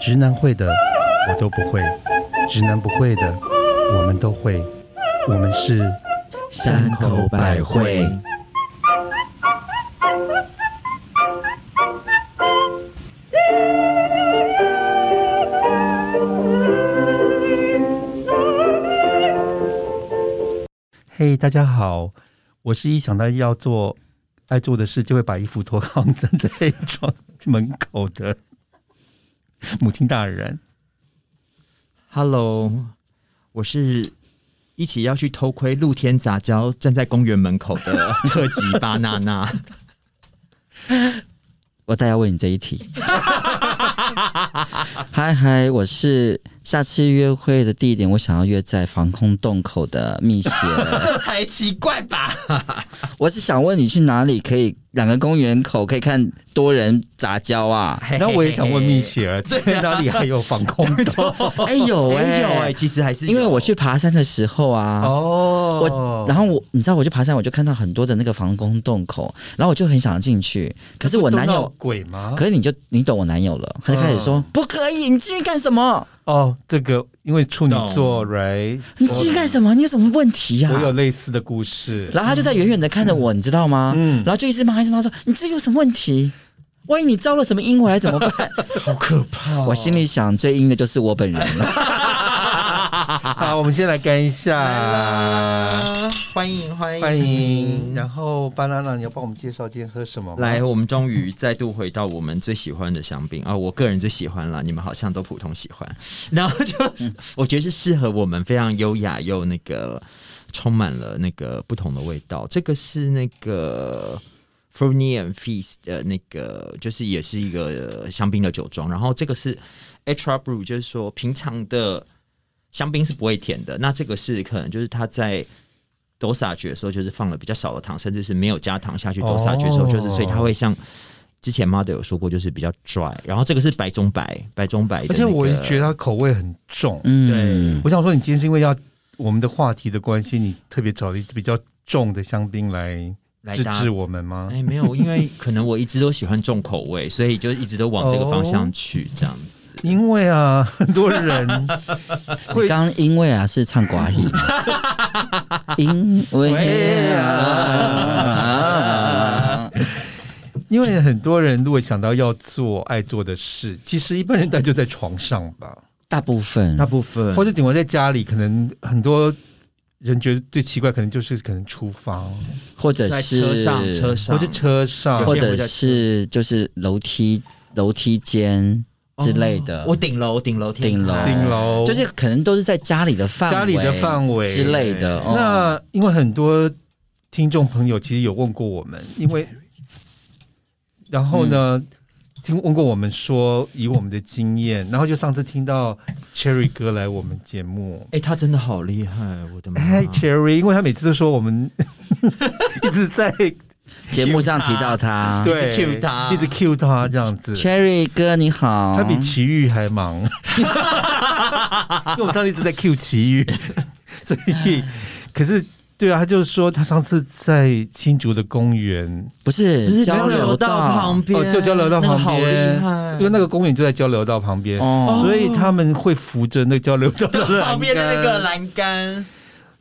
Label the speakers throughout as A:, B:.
A: 直男会的我都不会，直男不会的我们都会，我们是
B: 山口百惠。
A: 嘿大家好，我是一想到要做爱做的事，就会把衣服脱光站在窗门口的母亲大人。
B: Hello，我是一起要去偷窥露天杂交，站在公园门口 的特级巴娜娜。
C: 我再要问你这一题。 嗨嗨，我是下次约会的地点，我想要约在防空洞口的蜜 雪。
B: 这才奇怪吧？
C: 我是想问你去哪里可以两个公园口可以看多人杂交啊？
A: 那我也想问蜜雪儿，这哪里还有防空 洞？
C: 哎有
B: 嘿嘿嘿，
C: 哎、
B: 哎有哎、其实还是有
C: 因为我去爬山的时候啊。
A: 哦，
C: 我，然后我，你知道，我去爬山，我就看到很多的那个防空洞口，然后我就很想进去，可是我男
A: 那不都闹
C: 友，
A: 鬼吗？
C: 可是你就你懂我男友了，他就开始
B: 哦
C: 说、不可以，你进去干什么？
A: 哦，这个因为处女座，right？
C: 你进去干什么？你有什么问题呀、
A: 我有类似的故事。
C: 然后他就在远远的看着我，你知道吗？
A: 嗯
C: 然后就一直骂，一直骂说：“你自己有什么问题？万一你招了什么阴回来怎么 办？”
A: 好可怕
B: 哦
C: 我心里想，最阴的就是我本人 了。
A: 好，我们先来干一下，
B: 欢迎欢迎
A: 欢迎。然后巴娜娜，你要帮我们介绍今天喝什么吗？
B: 来，我们终于再度回到我们最喜欢的香槟啊、我个人最喜欢了，你们好像都普通喜欢。 然后就是，我觉得是适合我们非常优雅又那个充满了那个不同的味道。这个是那个 f u r n i a n Feast 的那个，就是也是一个香槟的酒庄。然后这个是 Extra Brew，就是说平常的香槟是不会甜的，那这个是可能就是它在。抖撒爵的时候，就是放了比较少的糖，甚至是没有加糖下去
A: 哦
B: 抖撒爵的时候，就是所以它会像之前 m o d 有说过，就是比较 dry。然后这个是白中白，白中白的、
A: 而且我也觉得，它口味很重。
C: 嗯，
A: 我想说，你今天是因为要我们的话题的关系，你特别找了一支比较重的香槟来
B: 来
A: 制
B: 搭
A: 止我们吗？
B: 哎，没有，因为可能我一直都喜欢重口味，所以就一直都往这个方向去，这样子。
A: 因为啊，很多人
C: 你刚刚因为啊是唱寡语 吗，因为啊，
A: 因为很多人如果想到要做爱做的事，其实一般人大概就在床上吧，
C: 大部分
B: 大部分
A: 或者顶多在家里，可能很多。人觉得最奇怪，可能就是可能厨房，
C: 或者
B: 在
C: 是
B: 车上，车上
A: 或是车上，
C: 或
B: 有些人
C: 者
B: 会在车
C: 是就是楼梯楼梯间之类的。
B: 哦我顶楼，顶楼，
C: 嗯顶楼
B: 台
A: 顶楼，
C: 就是可能都是在家里的范围、
A: 哦家里的范围
C: 之类的。哦
A: 那因为很多听众朋友其实有问过我们，因 为然后呢，听问过我们说以我们的经验，然后就上次听到 Cherry 哥来我们节目，
B: 哎，他真的好厉害，我的妈！
A: 哎，Cherry，因为他每次都说我们 一直在
C: 节目上提到他
B: 对
A: cue
B: cue 他
A: 一直 cue 他这样子。
C: ，Cherry 哥你好，
B: 啊
A: 他比奇遇还 忙，因为我们上次一直在 Q 奇遇， 所以可是对啊，他就说他上次在新竹的公园，
C: 不是
B: 不是
C: 交流
B: 到旁边，
A: 哦就交流道
B: 那个
A: 旁边
B: 好厉害，
A: 因为那个公园就在交流道旁边，
C: 哦
A: 所以他们会扶着那交流道的栏杆
B: 旁边的 那个，栏杆。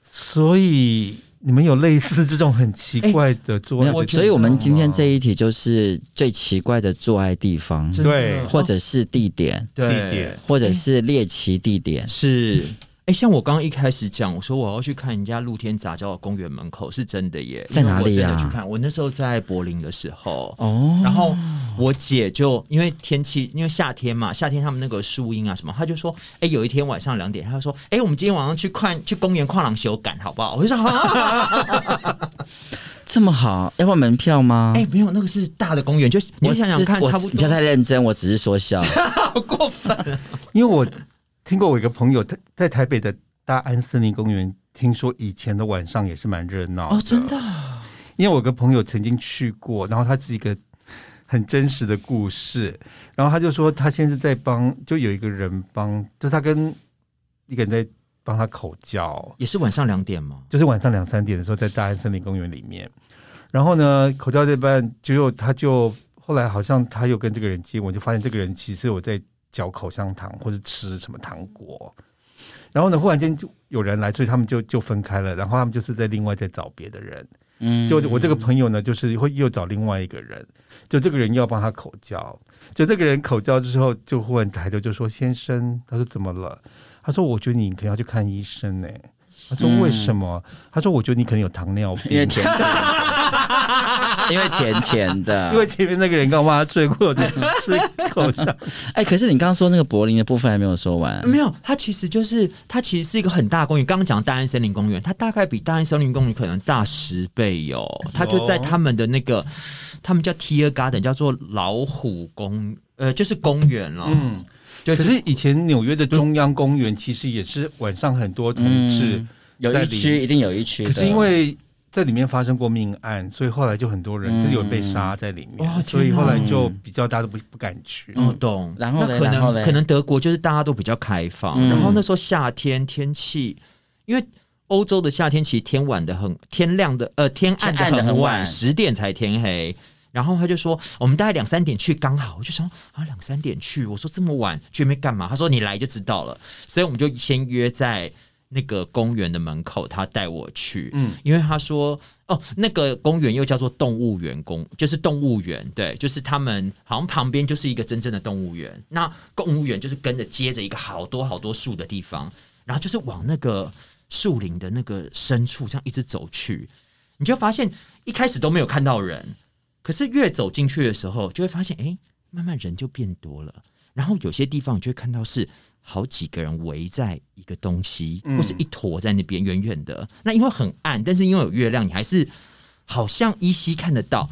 A: 所以。你们有类似这种很奇怪的做
C: 没
A: 爱的地
B: 哎
A: 方吗、
C: 有，所以我们今天这一题就是最奇怪的做爱地方，
B: 真的
A: 对
C: 或者是地点，
B: 对
A: 地点
C: 或者是猎奇地点。
B: 是，哎、像我刚刚一开始讲，我说我要去看人家露天杂交的公园门口，是真的耶，
C: 在哪里
B: 因为我真的
C: 呀
B: 去看，我那时候在柏林的时候，
C: 哦，
B: 然后我姐就因为天气，因为夏天嘛，夏天他们那个树荫啊什么，她就说，哎、有一天晚上两点，她就说，哎、我们今天晚上去看去公园跨廊修改好不好？我就说， 啊
C: 这么好，要换门票吗？
B: 哎、没有，那个是大的公园，就是你
C: 我
B: 就想想
C: 是
B: 看，
C: 我
B: 差不
C: 你不要
B: 多，
C: 太认真，我只是说笑。
B: 好过分，
A: 因为我听过我一个朋友，他在台北的大安森林公园，听说以前的晚上也是蛮热闹
B: 哦，真的，
A: 因为我有个朋友曾经去过，然后他是一个很真实的故事，然后他就说他先是在帮，就有一个人帮，就是他跟一个人在帮他口交，
B: 也是晚上两点吗？
A: 就是晚上两三点的时候在大安森林公园里面，然后呢口交这半，结果他就后来好像他又跟这个人接吻，就发现这个人其实我在嚼口香糖或者吃什么糖果。然后呢，忽然间就有人来，所以他们就就分开了。然后他们就是在另外再找别的人。
C: 嗯
A: 就我这个朋友呢，就是会又找另外一个人，就这个人又要帮他口交，就这个人口交之后，就忽然抬头就说：“先生，他说怎么了？”他说：“我觉得你可能要去看医生呢、他说：“为什么？”他说：“我觉得你可能有糖尿病，
C: 因为甜甜，因为甜甜的，
A: 因为前面那个人刚帮他睡过，就 吃口香。
C: 哎、可是你刚刚说那个柏林的部分还没有说完，
B: 没有，它其实就是它其实是一个很大的公园。刚刚讲大安森林公园，它大概比大安森林公园可能大十倍有、它就在他们的那个，他们叫 Tier Garden，叫做老虎公，呃，就是公园了。嗯，就
A: 可是以前纽约的中央公园其实也是晚上很多同志，
C: 嗯有
A: 在
C: 一
A: 里
C: 区一定有一区的，
A: 可是因为在里面发生过命案，所以后来就很多人
C: 嗯
A: 就有被杀在里面，
B: 哦
A: 所以
B: 天哪
A: 后来就比较大家都不不敢去。
C: 嗯
B: 我哦懂。
C: 然后嘞
B: 那可
C: 然后嘞
B: 能可能德国就是大家都比较开放，
C: 嗯
B: 然后那时候夏天天气，因为欧洲的夏天其实天晚的很，天亮的呃天暗
C: 天暗得
B: 的
C: 很
B: 很
C: 晚
B: 晚，十点才天黑。然后他就说，我们大概两三点去刚好。我就想啊，两三点去，我说这么晚去那边干嘛？他说你来就知道了。所以我们就先约在那个公园的门口，他带我去。
A: 嗯
B: 嗯，因为他说哦，那个公园又叫做动物园公，就是动物园，对，就是他们好像旁边就是一个真正的动物园。那动物园就是跟着接着一个好多好多树的地方，然后就是往那个树林的那个深处这样一直走去，你就发现一开始都没有看到人，可是越走进去的时候，就会发现，哎、慢慢人就变多了。然后有些地方你就会看到是好几个人围在一个东西，
A: 嗯
B: 或是一坨在那边远远的。那因为很暗，但是因为有月亮，你还是好像依稀看得到。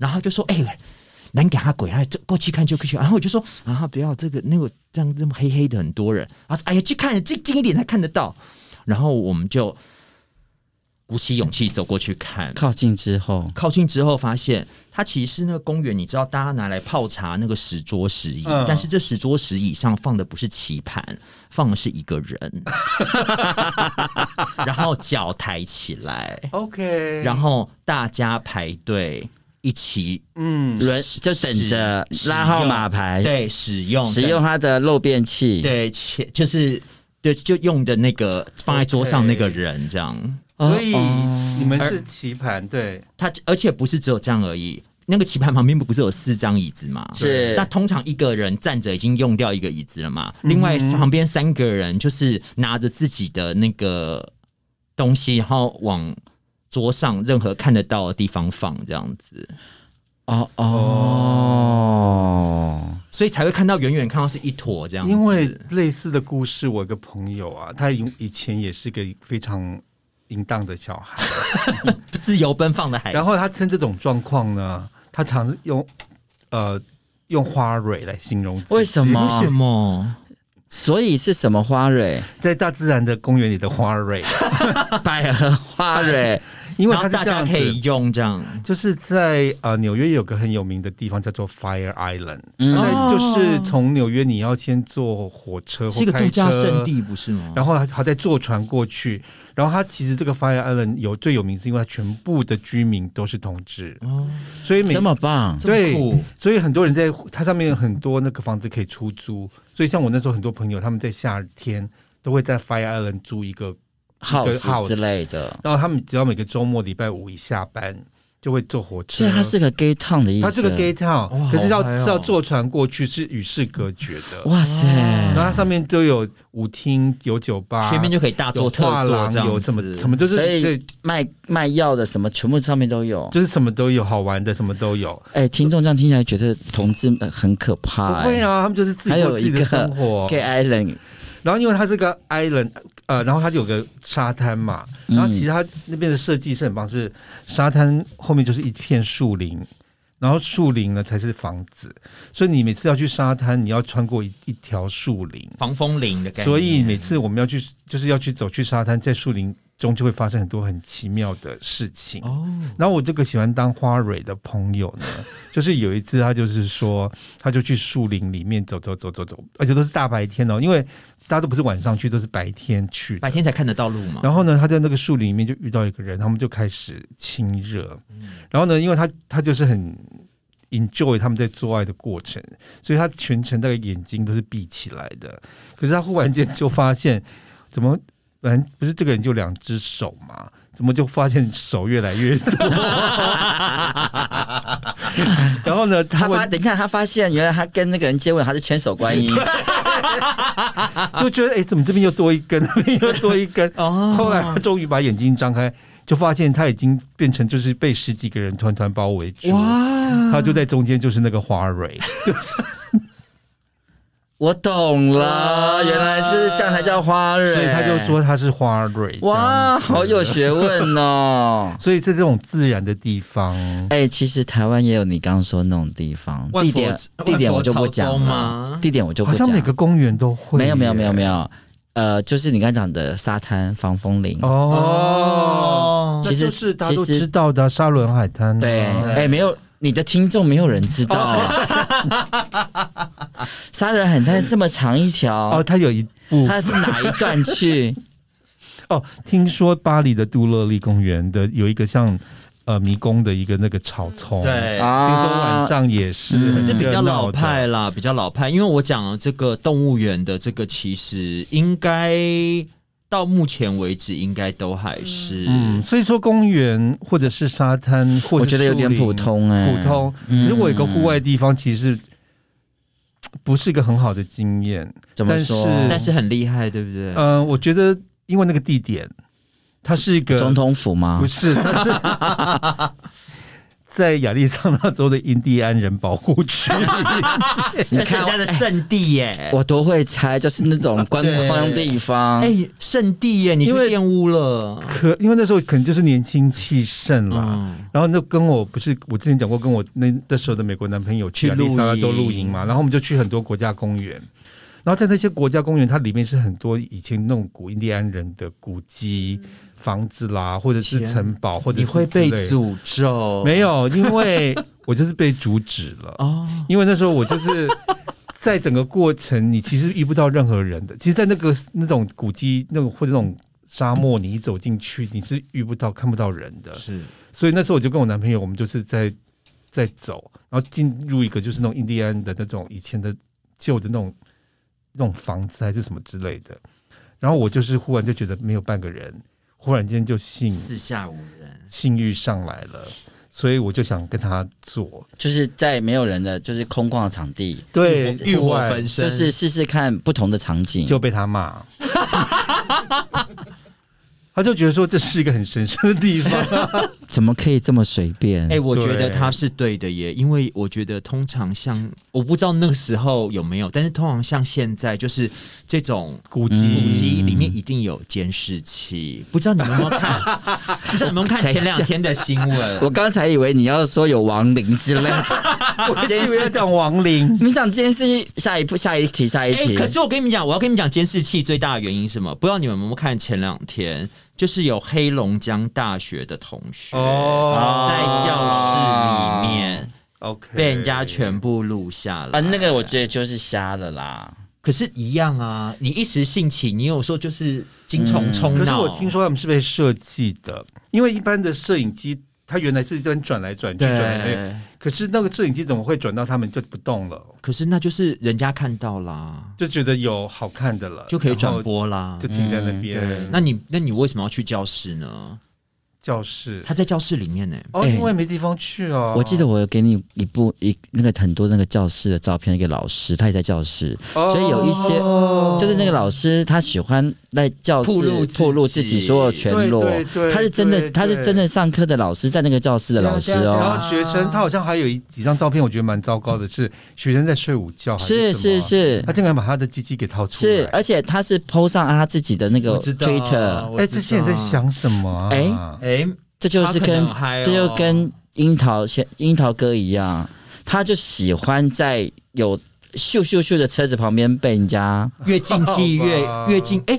B: 然后就说：“哎、难给他鬼，他就过去看就过去。”然后我就说：“啊，不要这个那个这样这么黑黑的，很多人。”他说：“哎呀，去看近近一点才看得到。”然后我们就鼓起勇气走过去看，
C: 靠近之后，
B: 靠近之后发现，它其实是那个公园，你知道，大家拿来泡茶那个石桌石椅，
A: 嗯
B: 但是这石桌石椅上放的不是棋盘，放的是一个人，然后脚抬起来，
A: OK，
B: 然后大家排队一起
A: 嗯，
C: 轮
B: 使
C: 就等着
B: 使
C: 拉号码牌，
B: 对哎使用
C: 使用它的漏便器，
B: 对切就是对就用的那个放在桌上那个人这样。
C: 哦，
A: 所以
C: 哦
A: 你们是棋盘对，
B: 它而且不是只有这样而已。那个棋盘旁边不是有四张椅子吗？
C: 是
B: 那通常一个人站着已经用掉一个椅子了嘛，
A: 嗯
B: 另外旁边三个人就是拿着自己的那个东西，然后往桌上任何看得到的地方放，这样子，
C: 哦哦，
B: 所以才会看到远远看到是一坨这样子。
A: 因为类似的故事，我有个朋友啊，他以以前也是个非常淫荡的小孩，
B: 自由奔放的海，
A: 然后他趁这种状况呢，他常是用呃用花蕊来形容自己，
C: 为什么
B: 为什 么？
C: 所以是什么花 蕊？
A: 在大自然的公园里的花蕊，
C: 百合花蕊，
A: 因为
B: 然
A: 他
B: 后
A: 是
B: 大
A: 这
B: 家
A: 样
B: 可
A: 子
B: 以。用这样，
A: 就是在呃纽约有个很有名的地方叫做 Fire Island，
C: 嗯
A: 那就是从纽约你要先坐火车
B: 哦是
A: 或
B: 一个
A: 开
B: 度假
A: 车
B: 胜地，不是吗？
A: 然后还还在坐船过去。然后它其实这个 Fire Island 有最有名是因为它全部的居民都是同志，
B: 哦，
A: 所以每
C: 这么棒，
B: 这么
A: 对
B: 酷
A: 所以很多人在它上面有很多那个房子可以出租。所以像我那时候很多朋友他们在夏天都会在 Fire Island 租一个，
C: 好
A: house
C: 之类的，
A: 然后他们只要每个周末礼拜五一下班就会坐火车。
C: 所以它是个 gay town 的意思。
A: 啊它是个 gay
B: 哇
A: town，可是要、
B: 好嗨哦
A: 是要坐船过去是与世隔绝的。
C: 哇塞，
A: 然后它上面都有舞厅、有酒吧，
B: 全面就可以大做
A: 有
B: 特
A: 画
B: 做
A: 廊
B: 这样，
A: 有什么什么，就是
C: 所以
A: 对，
C: 卖卖药的什么，全部上面都有。
A: 就是什么都有，好玩的什么都有。
C: 哎、听众这样听起来觉得同志呃很可
A: 不
C: 怕、哎
A: 会啊，他们就是自
C: 还
A: 己
C: 有
A: 过自己
C: 一个
A: 的生活。
C: ，Gay Island
A: 然后因为它是个 island，呃，然后它就有个沙滩嘛，
C: 嗯
A: 然后其实它那边的设计是很棒，是沙滩后面就是一片树林。然后树林呢才是房子，所以你每次要去沙滩，你要穿过一一条树林，
B: 防风林的概念。
A: 所以每次我们要去，就是要去走去沙滩，在树林中就会发生很多很奇妙的事情。
B: 哦，
A: 然后我这个喜欢当花蕊的朋友 呢，就是有一次他就是说，他就去树林里面走走走走走，而且都是大白天哦，因为大家都不是晚上去，都是白天去的。
B: 白天才看得到路嘛。
A: 然后呢，他在那个树林里面就遇到一个人，他们就开始亲热。然后呢，因为他他就是很 enjoy 他们在做爱的过程，所以他全程大概眼睛都是闭起来的。可是他忽然间就发现，怎么本来不是这个人就两只手嘛？怎么就发现手越来越 多？然后呢，
C: 他
A: 他
C: 发，
A: 们
C: 等一下，他发现原来他跟那个人接吻，他是千手观音，
A: 就觉得哎、怎么这边又多一根，那边又多一根？
B: 哦
A: 后来他终于把眼睛张开，就发现他已经变成就是被十几个人团团包围住，
B: 哇，
A: 他就在中间就是那个花蕊。
C: 我懂了，原来就是这样才叫花蕊，
A: 所以他就说他是花蕊。哇，。
C: 哇，好有学问哦
A: 所以在这种自然的地方，
C: 哎、其实台湾也有你刚刚说那种地方，
B: 万
C: 地
B: 佛
C: 点
B: 万
C: 地点
B: 佛
C: 我就不
B: 朝
C: 讲
B: 宗
C: 了
B: 吗，
C: 地点我就
A: 好
C: 不
A: 像
C: 讲。
A: 每个公园都会。
C: 没有没有没有没
A: 有。
C: 有，呃，就是你刚才讲的沙滩、防风林，
A: 哦，
B: 哦
A: 那
C: 其实
A: 就是大家都
C: 其实
A: 知道的啊沙伦海滩啊。
C: 对，哎、没有你的听众没有人知道，啊 沙人很滩这么长一条
A: 哦，，他有一部
C: 它是哪一段去？
A: 哦，听说巴黎的杜乐丽公园的有一个像呃迷宫的一个那个草丛，，
B: 对。
A: 听说
C: 啊
A: 晚，上也是，
C: 嗯
B: 可是比较老
A: 很
B: 派
A: 热闹的。
B: 啦，比较老派，因为我讲了这个动物园的这个，其实应该到目前为止应该都还是
A: 嗯，所以说公园或者是沙滩，或者
C: 我觉得有点
A: 树林
C: 普通哎、
A: 普通。
C: 嗯
A: 可是我有个户外地方，其实不是一个很好的经验。
C: 怎么
A: 但
C: 说？
A: 是
B: 但是很厉害，对不对？
A: 嗯、我觉得因为那个地点，它是一个
C: 总统府吗
A: 不？是，它是 在亚利桑那州的印第安人保护区。
B: 那是人家的圣地耶、
A: 嗯
C: 我都会猜，就是那种观光地方。
B: 哎、圣地耶、你去
A: 因为
B: 玷污了。
A: 可因为那时候可能就是年轻气盛啦。
B: 嗯，
A: 然后那跟我不是我之前讲过，跟我那那时候的美国男朋友去
B: 去
A: 亚利桑那州
B: 露营
A: 露营嘛，然后我们就去很多国家公园，然后在那些国家公园，它里面是很多以前那种古印第安人的古迹、房子啦，或者是
B: 嗯天
A: 城堡，或者
B: 你
A: 是
B: 会被
A: 之类的
B: 诅咒？
A: 没有，因 为我就是被阻止了。
B: 哦，
A: 因为那时候我就是 在整个过程，你其实遇不到任何人的。其实，在那个那种古迹、那种或者那种沙漠，你一走进去，你是遇不到、看不到人的。
B: 是
A: 所以那时候我就跟我男朋友，我们就是在在走，然后进入一个就是那种印第安的那种以前的旧的那种那种房子还是什么之类的。然后我就是忽然就觉得没有半个人，忽然间就性
B: 四下无人。
A: 性欲上来了，所以我就想跟他做。
C: 就是在没有人的，就是空旷的场地，
A: 对
B: 欲火焚身，
C: 就是试试看不同的场景。
A: 就被他骂。 他就觉得说这是一个很神圣的地方，
C: 怎么可以这么随便？
B: 哎、我觉得
A: 对
B: 他是对的耶，因为我觉得通常像我不知道那个时候有没有，但是通常像现在就是这种
A: 古
B: 古
A: 迹、
B: 迹里面一定有监视器，不知道你们有没有看？不知道你们有没有看前两天的新
C: 我
B: 闻？
C: 刚才以为你要说有亡灵之类 的，
A: 我以为要讲亡灵，
C: 你讲今天是下一步、下一题、下一
B: 哎、
C: 题。
B: 可是我跟你们讲，我要跟你们讲，监视器最大的原因是什么？不知道你们有没有看前两天，就是有黑龙江大学的同学
A: 哦
B: 在教室里面
A: OK
B: 被人家全部录下来。
C: 啊，那个我觉得就是瞎了啦。
B: 可是，一样啊！你一时兴起，你有时候就是精虫冲
A: 可是
B: 脑。
A: 我听说他们是被设计的，因为一般的摄影机它原来是这样转来转去，转来转去，
B: 对，
A: 可是那个摄影机怎么会转到他们就不动了？
B: 可是那就是人家看到啦，
A: 就觉得有好看的了，
B: 就可以
A: 然
B: 转
A: 后
B: 播啦
A: 就。停在那
B: 对
A: 边。，
B: 那你那你为什么要去教室呢？
A: 教室
B: 他在教室里面呢、
A: 哦，
C: 哎
A: 因为没地方去哦。
C: 我记得我有给你一部一那个很多那个教室的照片，那个老师他也在教室，
A: 哦，
C: 所以有一些就是那个老师他喜欢在教室
B: 哦暴露自己
C: 暴露自己所有全
A: 对
C: 裸
A: 对，对
C: 他是真
A: 对
C: 的他是
A: 对
C: 真的上课的老师，在那个教室的老师
B: 对啊对啊对
C: 哦
B: 啊。
A: 然后学生，他好像还有一几张照片，我觉得蛮糟糕的是，学生在睡午觉还
C: 是
A: 什么
C: 是是
A: 他竟然把他的鸡鸡给掏出来。
C: 是，而且他是 PO 上他自己的那个
B: 我知道
C: Twitter，
B: 我
A: 哎，
B: 知
A: 这
B: 道
A: 些人在想什么啊？
C: 哎
B: 哎、
C: 这就是
B: 他可
C: 跟
B: 能嗨哦
C: 这就跟樱桃先樱桃哥一样，他就喜欢在有咻咻咻的车子旁边被人家
B: 越禁忌
A: 好吧
B: 越越禁。哎、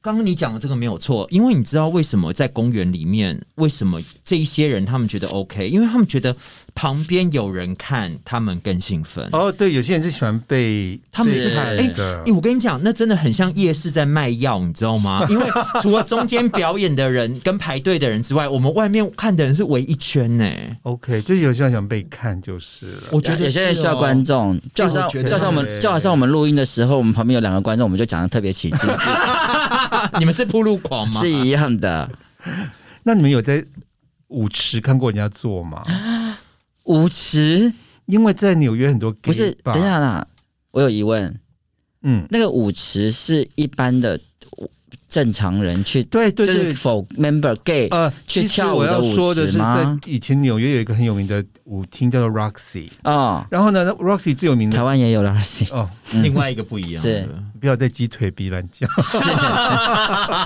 B: 刚刚你讲的这个没有错，因为你知道为什么在公园里面，为什么这一些人他们觉得 OK？因为他们觉得旁边有人看，他们更兴奋。
A: 哦，对，有些人是喜欢被
B: 他们
A: 被
B: 是
C: 对
A: 看
B: 哎、
A: 的
B: 哎，我跟你讲，那真的很像夜市在卖药，你知 道吗？因为除了中间表演的人跟排队的人之外，我们外面看的人是围一圈呢、
A: OK，就是有些人想被看就是了。
B: 我觉得
C: 有些人需
B: 是
C: 要
B: 哦
C: 观众，就好
B: 我
C: 像
B: 觉得
C: 就好像我
A: 对
C: 们就好像我们录音的时候，我们旁边有两个观众，我们就讲的特别起劲，是
B: 啊你们是铺路狂吗？
C: 是一样的。
A: 那你们有在舞池看过人家做吗？
C: 舞池
A: 因为在纽约很多 gay
C: 不是，
A: 吧
C: 等一，下啦，我有疑问，
A: 嗯，
C: 那个舞池是一般的正常人去，
A: 对对
C: 就
A: 对
C: 是，否 member gay，
A: 呃，其实我要说的是，
C: 去跳舞的
A: 在
C: 舞池吗
A: 以前纽约有一个很有名的舞厅叫做 Roxy，
C: 哦，
A: 然后呢那，Roxy 最有名
C: 台
A: 的
C: 湾也有了 RC，
A: 哦，
B: 另外一个不一样的
C: 是
A: 不要再鸡腿比乱叫。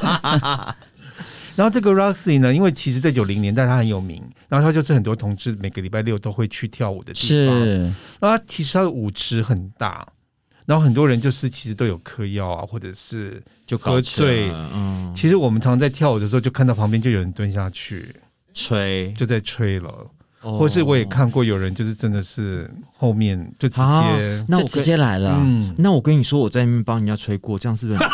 A: 然后这个 Roxy 呢，因为其实在九零年代它很有名，然后它就是很多同志每个礼拜六都会去跳舞的地方。
C: 是
A: 然后它其实它的舞池很大，然后很多人就是其实都有嗑药啊，或者是
B: 就搞
A: 喝
B: 起来
A: 醉
B: 了嗯，
A: 其实我们常常在跳舞的时候就看到旁边就有人蹲下去，
B: 吹，
A: 就在吹了，
B: 哦
A: 或是我也看过有人就是真的是后面就直接、
B: 好，那
C: 就
B: 我
C: 直
B: 跟
C: 接来了。
A: 嗯，
B: 那我跟你说，我在那边帮人家吹过，这样是不是很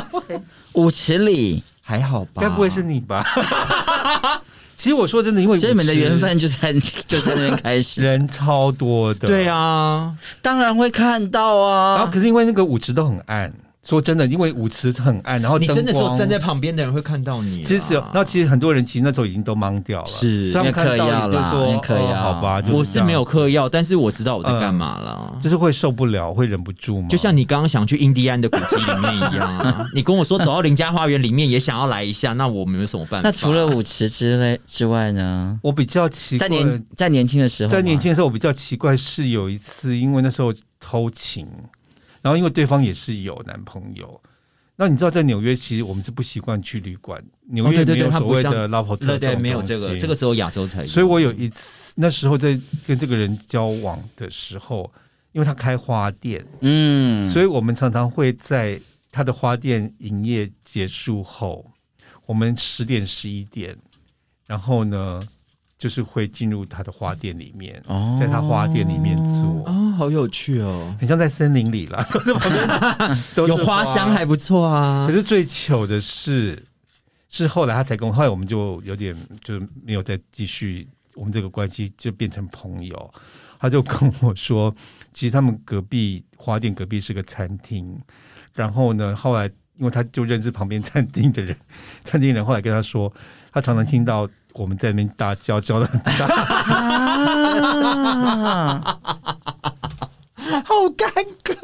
B: 丢 脸？
C: 舞池里，
B: 还好吧？
A: 该不会是你吧？ 其实我说真的，因为
C: 所以你们的
A: 舞池
C: 缘分就在 就在那边开始，
A: 人超多的，
B: 对啊，
C: 当然会看到
A: 然后
C: 啊。
A: 可是因为那个舞池都很暗，说真的，因为舞池很暗，然后
B: 你真的只
A: 哦灯光
B: 有站在旁边的人会看到你啦。啊
A: 其实只有，那其实很多人其实那时候已经都懵掉了，
B: 是
A: 所以他们看
C: 因为嗑
A: 到
B: 啊
C: 药
A: 你就
C: 啦因
A: 说
C: 为嗑
A: 哦
C: 药
A: 好吧，就
B: 我是
A: 这样
B: 没有，嗑药，但是我知道我在干嘛了。
A: 就是会受不了，会忍不住嘛。
B: 就像你刚刚想去印第安的古迹里面一 样啊，你跟我说走到林家花园里面也想要来一下，那我们有什么办法？
C: 那除了舞池之类之外呢？
A: 我比较奇
C: 在
A: 怪，
C: 年在年轻的时候吗，
A: 在年轻的时候，我比较奇怪是有一次，因为那时候偷情，然后因为对方也是有男朋友。那你知道，在纽约其实我们是不习惯去旅馆，纽
B: 哦
A: 约
B: 对对
A: 没有
B: 对它
A: 所
B: 不
A: 谓
B: 像
A: 的 love hotel，
B: 对对，
A: 种
B: 没有
A: 东
B: 这个，
A: 西
B: 这个时候亚洲才有。
A: 所以我有一次那时候在跟这个人交往的时候，因为他开花店，
C: 嗯，
A: 所以我们常常会在他的花店营业结束后，我们十点十一点，然后呢，就是会进入他的花店里面，
C: 哦
A: 在他花店里面做，
B: 哦，好有趣哦，
A: 很像在森林里啦， 都是旁边 都是
B: 有花香还不错啊
A: 可。是最糗的是，是后来他才跟我，后来我们就有点就没有再继续，我们这个关系就变成朋友。他就跟我说，其实他们隔壁花店隔壁是个餐厅，然后呢，后来因为他就认识旁边餐厅的人， 餐厅人后来跟他说，他常常听到我们在那边大叫叫的很大，
C: 啊，
B: 好尴尬，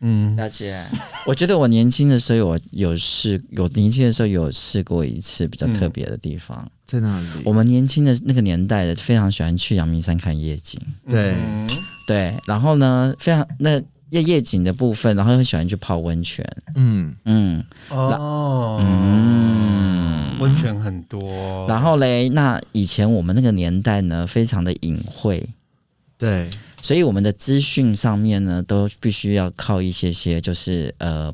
A: 嗯，
C: 大姐，我觉得我年轻的时候有有试，有年轻的时候有试过一次比较特别的地方。
B: 在哪
A: 嗯
B: 里？
C: 我们年轻的那个年代的，非常喜欢去阳明山看夜景。
B: 对
A: 嗯
C: 对，然后呢，非常那夜夜景的部分，然后又喜欢去泡温泉。
B: 嗯，
C: 嗯
A: 哦，
C: 嗯，
A: 温泉很多，
C: 然后嘞，那以前我们那个年代呢，非常的隐晦，
B: 对，
A: 嗯
C: 所以我们的资讯上面呢，都必须要靠一些些，就是呃。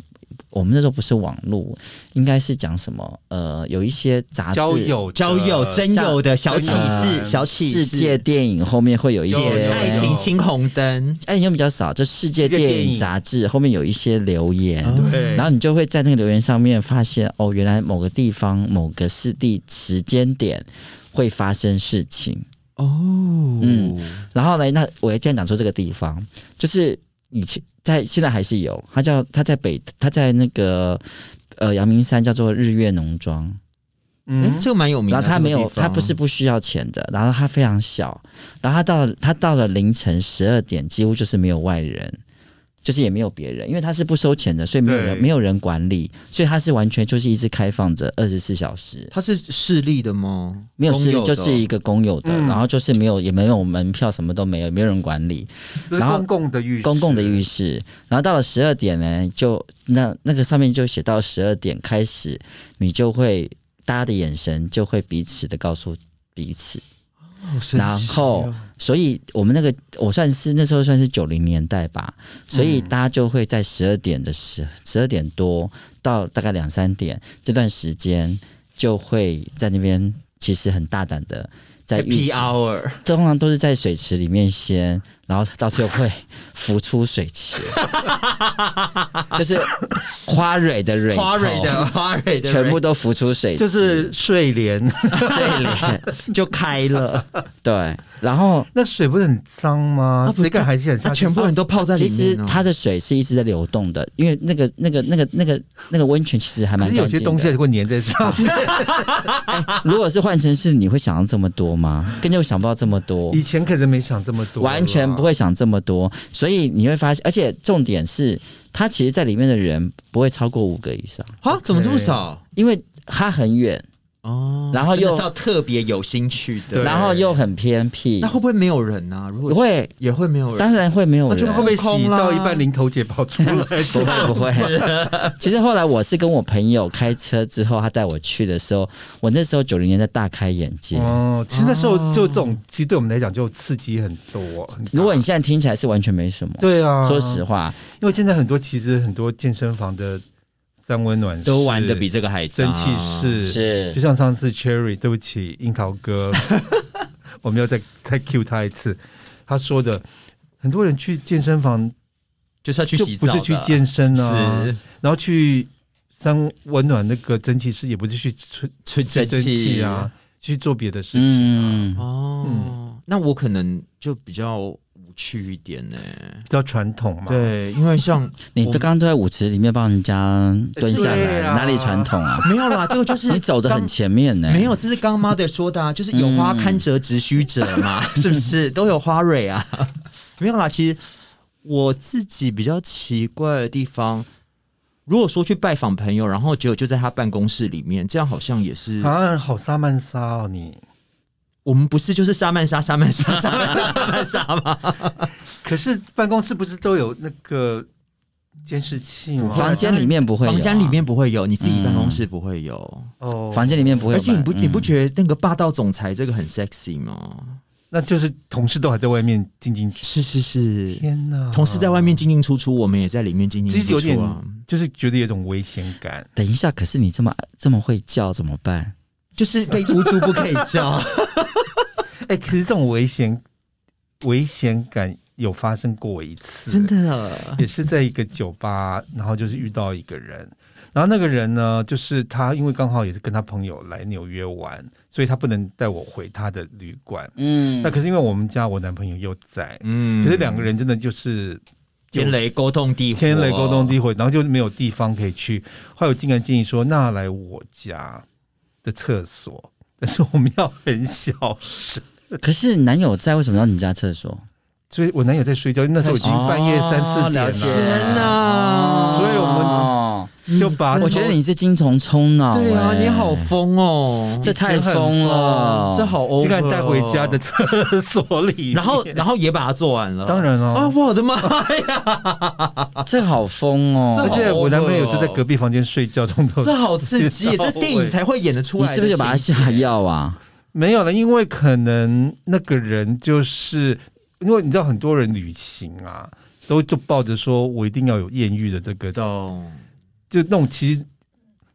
C: 我们那时候不是网络，应该是讲什么？呃，有一些杂志、
A: 交友的
B: 交友真有的小启
A: 像
B: 示，
A: 呃
B: 小启示，
C: 世界电影后面会有一
A: 有
C: 些哎
A: 有
B: 爱情青红灯，
C: 爱情比较少，就世界
A: 世界电
C: 电影
A: 影
C: 杂志后面有一些留言，
B: 嗯
A: 对，
C: 然后你就会在那个留言上面发现，哦，原来某个地方、某个市地时间点会发生事情。
B: 哦，
C: 嗯然后呢，那我一定要讲出这个地方，就是以前在现在还是有，它叫它在北，它在那个呃阳明山叫做日月农庄，
B: 哎
A: 嗯，
B: 这个蛮有名的。
C: 然后它
B: 这个
C: 没有
B: 地，方
C: 它不是不需要钱的，然后它非常小，然后它到它到了凌晨十二点，几乎就是没有外人，就是也没有别人，因为它是不收钱的，所以没有人
A: 对
C: 没有人管理，所以它是完全就是一直开放着二十四小时，
B: 它是势力的吗？
C: 没有
B: 公
C: 是
B: 有的
C: 就是一个公有的，
A: 嗯
C: 然后就是没有也没有门票，什么都没有，也没有人管理，
A: 就是
C: 然后
A: 公共的浴室，
C: 公共的浴室，然后到了十二点呢，就那那个上面就写到十二点开始，你就会大家的眼神就会彼此的告诉彼此。
B: 好神奇哦
C: 然后所以我们那个我算是那时候算是九零年代吧，
B: 嗯
C: 所以大家就会在十二点的时十二点多到大概两三点这段时间，就会在那边其实很大胆的在浴
B: Happy
C: 池，
B: Hour，
C: 通常都是在水池里面先，然后到最后会浮出水 池，就是花蕊的蕊头
B: 花蕊的花蕊的，
C: 全部都浮出水池，
A: 就是睡莲，
C: 睡 莲。
B: 就开了，
C: 对，然后
A: 那水不是很脏
C: 啊
A: 吗？
B: 不
A: 谁敢还是很下
B: 那
A: 去？
B: 全部人都泡在
C: 其
B: 里
C: 实
B: 面哦。
C: 它的水是一直在流动的，因为那个、那个、那个、那个、那个温泉其实还
A: 可
C: 蛮
A: 是有
C: 干
A: 些
C: 净
A: 东西
C: 的。
A: 还会粘在 上面。
C: 如果是换成是你会想到这么多吗？根本就想不到这么多。
A: 以前可能没想这么多，啊
C: 完全不。会想这么多，所以你会发现，而且重点是，它其实在里面的人不会超过五个以上，
B: 啊，怎么这么少？
C: 因为它很远，
B: 哦，
C: 然后
B: 真的
C: 又
B: 是要特别有兴趣
A: 对
B: 的。
C: 然后又很偏僻
B: 那，会不会没有人啊？如果
C: 会
B: 也会没有人，
C: 当然会没有
B: 那就
A: 会
C: 人
A: 不。会洗到一
B: 空啦
A: 半零头姐跑 出来？
C: 不会不 会，其实后来我是跟我朋友开车之后，他带我去的时候，我那时候九零年代大开眼界。
A: 哦，其实那时候就这种，其实对我们来讲就刺激很多。很大
C: 哦如果你现在听起来是完全没什么，
A: 对
B: 嗯
A: 啊，
C: 说实话
A: 因为现在很多其实很多健身房的三温暖室
B: 都玩的比这个还
A: 蒸
B: 脏
A: 汽室，
C: 是
A: 就像上次 Cherry，对不起，樱桃哥， 我们要再再 Q 他一次，他说的。很多人去健身房
B: 就是要去
A: 就
B: 洗
A: 不
B: 澡的，
A: 是去健身啊，
B: 是
A: 然后去三温暖那个蒸汽室也不是去吹
B: 吹
A: 吹
B: 蒸
A: 蒸汽
B: 汽
A: 啊，，去做别的事情啊，
C: 嗯，
B: 哦，那我可能就比较无趣一点呢。
A: 比较传统嘛。
B: 对，因为像
C: 你都刚刚都在舞池里面帮人家蹲下
A: 对
C: 来，
A: 啊
C: 哪里传统啊？
B: 没有啦，这个就是
C: 你走的很
B: 刚。
C: 前面呢、
B: 没有，这是刚妈的说的啊，就是有花堪折直须折嘛，是不是都有花蕊啊？ 没有啦，其实我自己比较奇怪的地方，如果说去拜访朋友，然后结果就在他办公室里面，这样好像也是
A: 啊，好萨曼莎哦你！
B: 我们不是就是沙曼莎、沙曼莎、沙曼莎、沙曼莎吗？
A: 可是办公室不是都有那个监视器吗？
C: 房间里面不会有啊、
B: 房间里面不会有，你自己办公室不会有。
A: 哦，
C: 房间里面不会有
B: 而
C: 吧，
B: 且你不你不
C: 嗯
B: 觉得那个霸道总裁这个很 sexy 吗？
A: 那就是同事都还在外面进进去。
B: 是是是，
A: 天哪！
B: 同事在外面进进出出，我们也在里面进
A: 其
B: 进
A: 实有
B: 出
A: 点
B: 出啊。
A: 就是觉得有种危险感。
C: 等一下，可是你这么这么会叫怎么办？
B: 就是被无猪不可以叫，
A: 哎、其实这种危险危险感有发生过我一次，
B: 真的。
A: 也是在一个酒吧，然后就是遇到一个人，然后那个人呢，就是他，因为刚好也是跟他朋友来纽约玩，所以他不能带我回他的旅馆。
C: 嗯
A: 那可是因为我们家我男朋友又在，
B: 嗯
A: 可是两个人真的就是
B: 天雷勾动地火，
A: 天雷勾动地火，然后就没有地方可以去。后来我竟然建议说，那来我家的厕所，但是我们要很小，
C: 可是男友在，为什么要你家厕所？
A: 所以我男友在睡觉，那时候已经半夜三四
C: 哦了解
A: 点了，
B: 天哪
A: 所以我们
C: 哦
A: 就把
C: 我觉得你是精虫充脑、
B: 对啊，
C: 哎
B: 你好疯哦，
C: 这太疯了，
B: 这好 over，
A: 竟然带回家的
B: 哦，
A: 厕所里面，
B: 然后然后也把它做完了，
A: 当然
B: 啊，
A: 哦。
B: 我的 妈呀，
C: 这好疯
A: 而
B: 这
C: 哦！
A: 且我男朋友就在隔壁房间睡觉，从头
B: 这好欸刺激，
A: 知道
B: 这电影才会演得出
C: 你
B: 来的
C: 是
B: 情节。
C: 不是有把他下药啊？
A: 没有了，因为可能那个人就是因为你知道，很多人旅行啊，都就抱着说我一定要有艳遇的这个，
B: 懂？
A: 就那种其实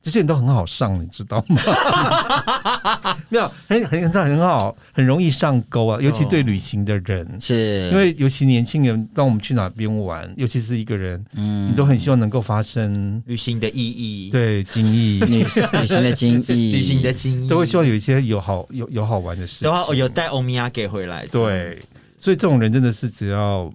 A: 这些人都很好上，你知道吗？ 没有，很很很很好，很容易上钩啊，尤其对旅行的人。
C: 是
A: 因为尤其年轻人，当我们去哪边玩，尤其是一个人，
C: 嗯
A: 你都很希望能够发生
B: 旅行的意义，，
A: 对经 历，
C: 女 女性的精益，
B: 旅行的经历
A: 都会希望有一些有好有有好玩的事
B: 的
A: 情。
B: 话，我有带欧米亚给回来，
A: 对，所以这种人真的是只要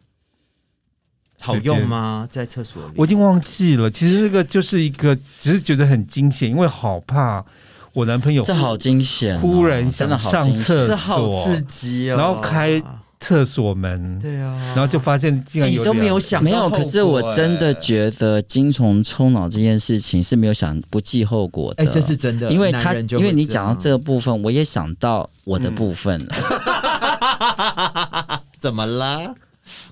B: 好用吗？在厕所里，
A: 我已经忘记了，其实这个就是一个，只是觉得很惊险，因为好怕我男朋友
C: 这好惊险哦、
A: 忽然
C: 真的
A: 想
C: 好
A: 上
C: 惊险
A: 厕
B: 这好刺
A: 所
B: 激哦，
A: 然后开厕所门，
B: 对啊，
A: 然后就发现竟然
B: 你
A: 有
B: 都没有
A: 两
B: 想到
C: 哎没有，
B: 后果欸
C: 可是我真的觉得精虫充脑这件事情是没有想不计后果的。
B: 哎，这是真的，
C: 因为
B: 男
C: 他，
B: 人就
C: 因
B: 会
C: 为你讲到
B: 样嗯
C: 这个部分，我也想到我的部分了，
B: 怎么啦？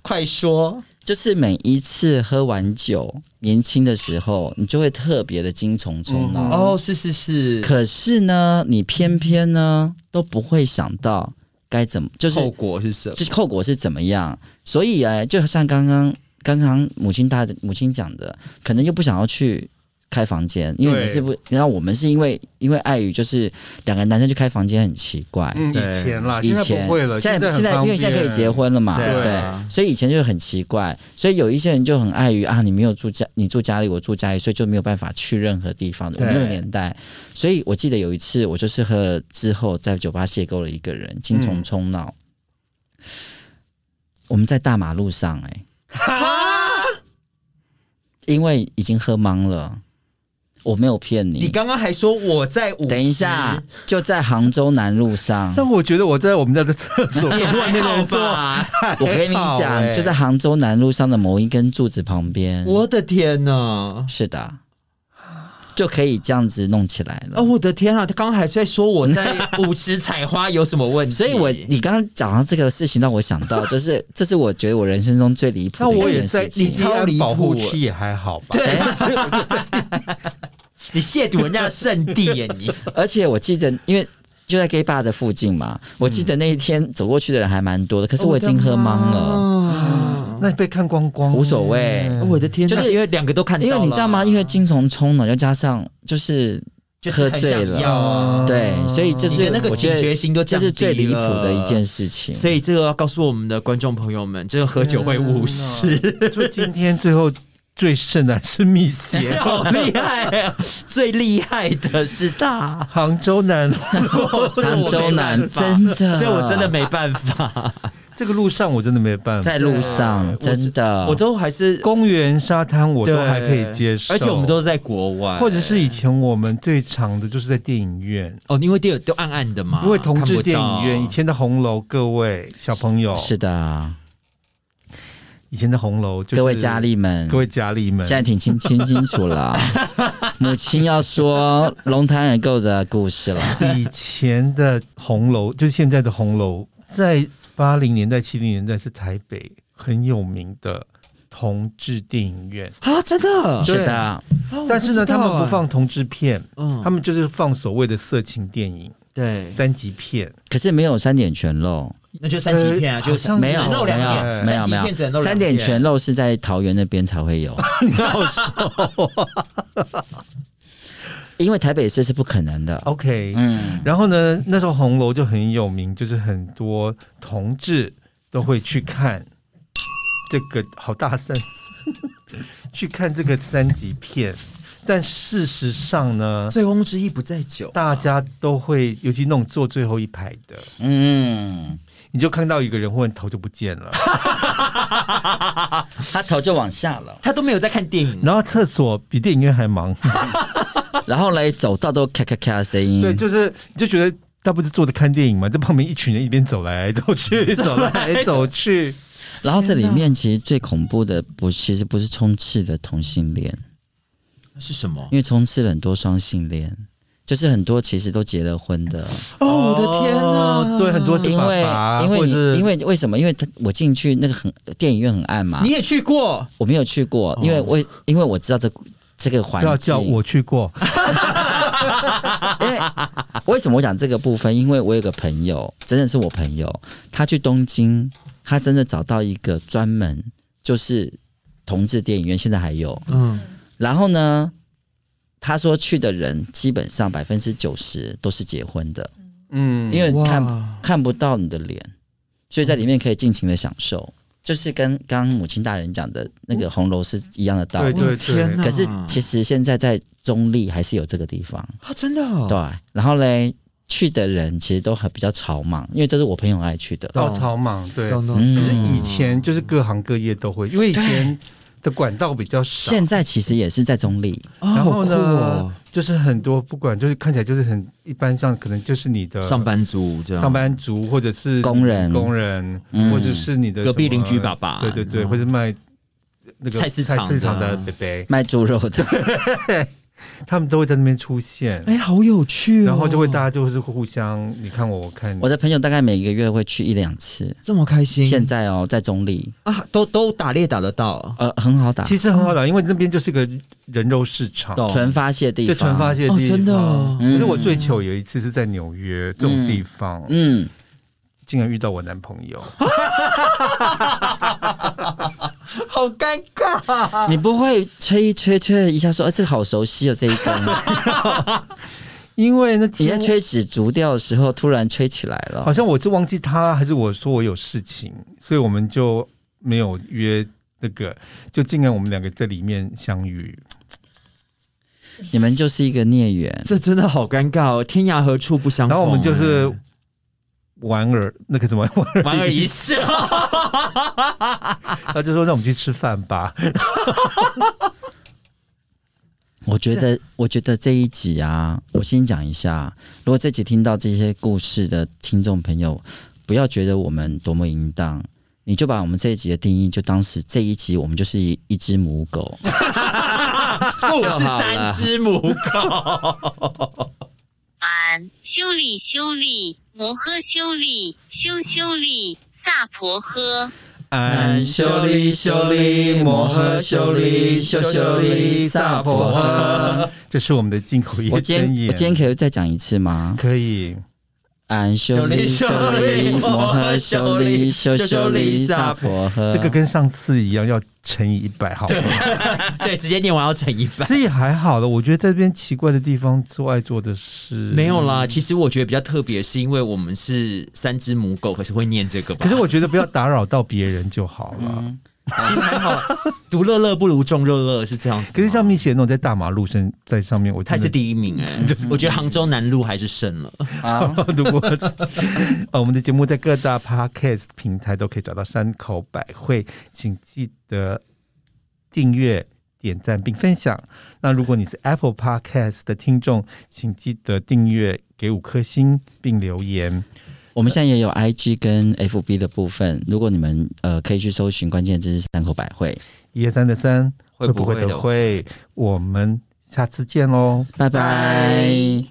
B: 快说，
C: 就是每一次喝完酒，年轻的时候，你就会特别的精虫充脑。
A: 嗯
B: 哦，是是是，
C: 可是呢，你偏偏呢都不会想到该怎么，就是
B: 后果是什么？
C: 就是后果是怎么样。所呃以哎，就像刚刚刚刚母亲大母亲讲的，可能又不想要去开房间，因为
A: 对
C: 你是不，然后我们是因为因为碍于就是两个男生去开房间很奇怪，
A: 嗯，以
B: 对
A: 前啦，
C: 以
A: 现在
C: 前
A: 不会了，
C: 现
A: 在
C: 现
A: 很
C: 在因
A: 方
C: 为现在可以
A: 便
C: 结，婚了嘛，
B: 对
C: 对
B: 啊
C: 所以以前就是很奇怪，所以有一些人就很碍于啊，你没有住家，你住家里，我住家里，所以就没有办法去任何地方。我
A: 对
C: 们那个年代，所以我记得有一次，我就是喝了之后在酒吧邂逅了一个人，精虫冲脑。
A: 嗯
C: 我们在大马路上、哎，因为已经喝懵了，我没有骗
B: 你
C: 你。
B: 刚刚还说我在五，
C: 等一下，，就在杭州南路上。
A: 但我觉得我在我们家的厕所
B: 你
A: 跟外
B: 还
A: 面的
B: 好
A: 人 做，
B: 吧？
C: 我跟你
A: 还好
C: 讲，
A: 欸
C: 就在杭州南路上的某一根柱子旁边。
B: 我的天呐！
C: 是的，就可以这样子弄起来了。
B: 哦，我的天啊！他刚刚还在说我在 舞池采花有什么问题，
C: 所以我，你刚刚讲到这个事情，让我想到，就是这是我觉得我人生中最离
A: 那
C: 谱的
A: 我
C: 一
A: 也
C: 件
A: 在
C: 事
A: 你
C: 情。
B: 超离谱
A: 保护区也还好吧？
B: 对， 你亵渎人家的圣地耶！你
C: 而且我记得，因为就在 gay bar 的附近嘛，我记得那一天走过去的人还蛮多的，可是我已经喝懵了。
B: 了。
A: 那你被看光光
C: 无所谓
A: 欸
B: 我的天呐，
C: 就
B: 就是是因为两个都看到
C: 因
B: 了，
C: 为你知道吗？因为精虫冲脑，又加上就是
B: 就是
C: 喝
B: 很
C: 醉
B: 想
C: 了
B: 要啊
C: 对，所以就
B: 你的
C: 是
B: 那个
C: 我觉
B: 警
C: 得
B: 觉心都
C: 这
B: 降
C: 是最
B: 低
C: 离谱
B: 了
C: 的一件事情。
B: 所以这个要告诉我们的观众朋友们，这个喝酒会误 事。，
A: 啊就今天最后最盛的是蜜雪，
B: 好厉害、啊！最厉害的是大
A: 杭州南路
C: 杭州南真
B: 真
C: 的，
B: 这我真的没办法。
A: 这个路上我真的没办法，哎
C: 在路上
B: 对我是
C: 真的，
B: 我都还是
A: 公园沙滩我都
B: 对
A: 还可以接受，
B: 而且我们都是在国外，
A: 或者是以前我们最长的就是在电影院，
B: 哦，因为电都暗暗的嘛，
A: 因为同
B: 看
A: 志
B: 不
A: 电
B: 到
A: 影院以前的红楼，各位小朋友，
C: 是的，
A: 以前的红楼，就是
C: 各位佳丽们，
A: 各位佳丽们
C: 现，在挺清清清楚 了，母亲要说龙潭人购的故事了。
A: 以前的红楼就是现在的红楼，在八零年代、七零年代是台北很有名的同志电影院，
B: 啊，真的，
C: 是的，
B: 哦
A: 但是呢，
B: 我知道
A: 他们不
B: 啊，
A: 放同志片，
B: 嗯
A: 他们就是放所谓的色情电影、
B: 对，
A: 三级片。
C: 可是没有三点全漏，
B: 那就三级片啊，
A: 呃
B: 就
A: 好像
C: 没有，
B: 只能露
C: 没
B: 两
C: 有没
B: 点，，三
C: 有，
B: 级
C: 没
B: 片只能露
C: 有，
B: 两
C: 三点全漏是在桃园那边才会 有，
A: 你要说
C: 因为台北市是不可能
B: 哦
C: 的。
A: OK？
C: 嗯，
A: 然后呢，那时候红楼就很有名，就是很多同志都会去看这个好大声， 去看这个三级片。但事实上呢，
B: 醉翁之意不在酒，
A: 大家都会，尤其那种坐最后一排的，
C: 嗯，
A: 你就看到一个人忽然头就不见 了，
C: 他头就往下了，
B: 他都没有在看电影，
A: 然后厕所比电影院还忙，
C: 然后嘞走道都咔咔咔的声音。
A: 对，就是你嗯就觉得他不是坐着看电影 嘛，在旁边一群人一边走来走去，走来走去，
C: 然后这里面其实最恐怖的不，其实不是充斥的同性恋，
B: 是什么？
C: 因为充斥了很多双性恋，就是很多其实都结了婚的，
B: 哦，我的天
A: 哦
B: 哪！
A: 对，很多是
C: 因
A: 爸
C: 为
A: 爸，
C: 因为
A: 或者是
C: 你因为为什么？因为他我进去那个很电影院很暗嘛
B: 你，也去过，
C: 我没有去过，因为我因为我知道这这个环
A: 不哦要
C: 境
A: 叫。我去过，
C: 因为为什么我讲这个部分？因为我有个朋友，真的是我朋友，他去东京，他真的找到一个专门就是同志电影院，现在还有，
B: 嗯，
C: 然后呢，他说去的人基本上百分之九十都是结婚的，
A: 嗯
C: 因为看
B: 哇
C: 看不到你的脸，所以在里面可以尽情的享受，就是跟刚刚母亲大人讲的那个红楼是一样的道
A: 对
C: 理。
A: 对
B: 天
A: 对
B: 哪，
C: 可是其实现在在中立还是有这个地方，
B: 啊，真的哦
C: 对。然后嘞，去的人其实都很比较草莽，因为这是我朋友爱去的。
A: 稻草莽对，
B: 懂嗯懂
C: 嗯
A: 可是以前就是各行各业都会，因为以前的管道比较少，
C: 现在其实也是在中立，
B: 啊
A: 然后呢
B: 好酷哦
A: 就是很多不管就是看起来就是很一般，像可能就是你的
B: 上班族这样，
A: 呃上班族，或者是
C: 工人
A: 工人，
C: 嗯
A: 或者是你的
B: 隔壁
A: 什么
B: 邻居爸爸
A: 对对对，
B: 嗯
A: 或者卖那个
B: 菜市场的
A: 菜市场的伯伯，
C: 卖猪肉的。
A: 他们都会在那边出现，
B: 哎，好有趣哦。
A: 然后就会大家就是互相你看我，我看你
C: 我。的朋友大概每个月会去一两次。
B: 这么开心，
C: 现在哦，在中立，
B: 啊，都都打猎打 得到，
C: 呃，很好打，
A: 其实很好打，因为那边就是个人肉市场，
B: 懂
C: 纯发泄地
A: 就
C: 方，
A: 纯发泄的地方。嗯
B: 哦真的哦
A: 可是我最糗有一次是在纽约这种地方，
C: 嗯，
A: 竟然遇到我男朋友。
B: 好尴尬。
C: 你不会吹一吹吹一下说，哎、这个好熟悉哦，这 一根。
A: 因为那
C: 你
A: 天
C: 在吹纸竹调的时候，突然吹起来了
A: 好。像我是忘记他，还是我说我有事情，所以我们就没有约那个，就竟然我们两个在里面相遇。
C: 你们就是一个孽缘，
B: 这真的好尴尬哦！天涯何处不相逢、
A: 然后我们就是莞尔那个什么，莞尔
B: 莞 尔 一笑，
A: 他就说让我们去吃饭吧。
C: 我觉得，我觉得这一集啊，我先讲一下，如果这集听到这些故事的听众朋友，不要觉得我们多么淫荡，你就把我们这一集的定义，就当是这一集我们就是一一只母 狗，就
B: 不
C: 是好了
B: 三只母狗。
D: 俺修理修理摩诃修理修修理萨婆诃。
C: 南修利修利摩诃修利修修利萨婆诃，
A: 这是我们的进口业
C: 我今
A: 真
C: 天
A: 言。
C: 我今天可以再讲一次吗？
A: 可以，
B: 嗯
C: 安修利修利摩诃修利修修利萨婆诃。
A: 这个跟上次一样，要乘以一百，好吗？
B: 对，直接念完要乘一半。
A: 这也还好了，我觉得这边奇怪的地方做爱做的事
B: 没有。啦，其实我觉得比较特别，是因为我们是三只母狗，可是会念这个吧。
A: 可是我觉得不要打扰到别人就好了。
B: 嗯其实还好，独乐乐不如众乐乐是这样子吗。
A: 可是上面写那种在大马路上，在上面，我
B: 他
A: 真
B: 是
A: 的
B: 第一名哎、
A: 嗯
B: 我觉得杭州南路还是胜了。
C: 啊，
A: 如果呃，我们的节目在各大 podcast 平台都可以找到山口百惠，请记得订阅、点赞并分享。那如果你是 Apple Podcast 的听众，请记得订阅、给五颗星并留言。
C: 我们现在也有 IG 跟 FB 的部分，如果你们呃可以去搜寻关键字是山口百惠，
A: 一二三的三，
B: 会
A: 会
B: 不
A: 不
B: 会
A: 会
B: 的
A: 的会？我们下次见喽。
C: 拜拜。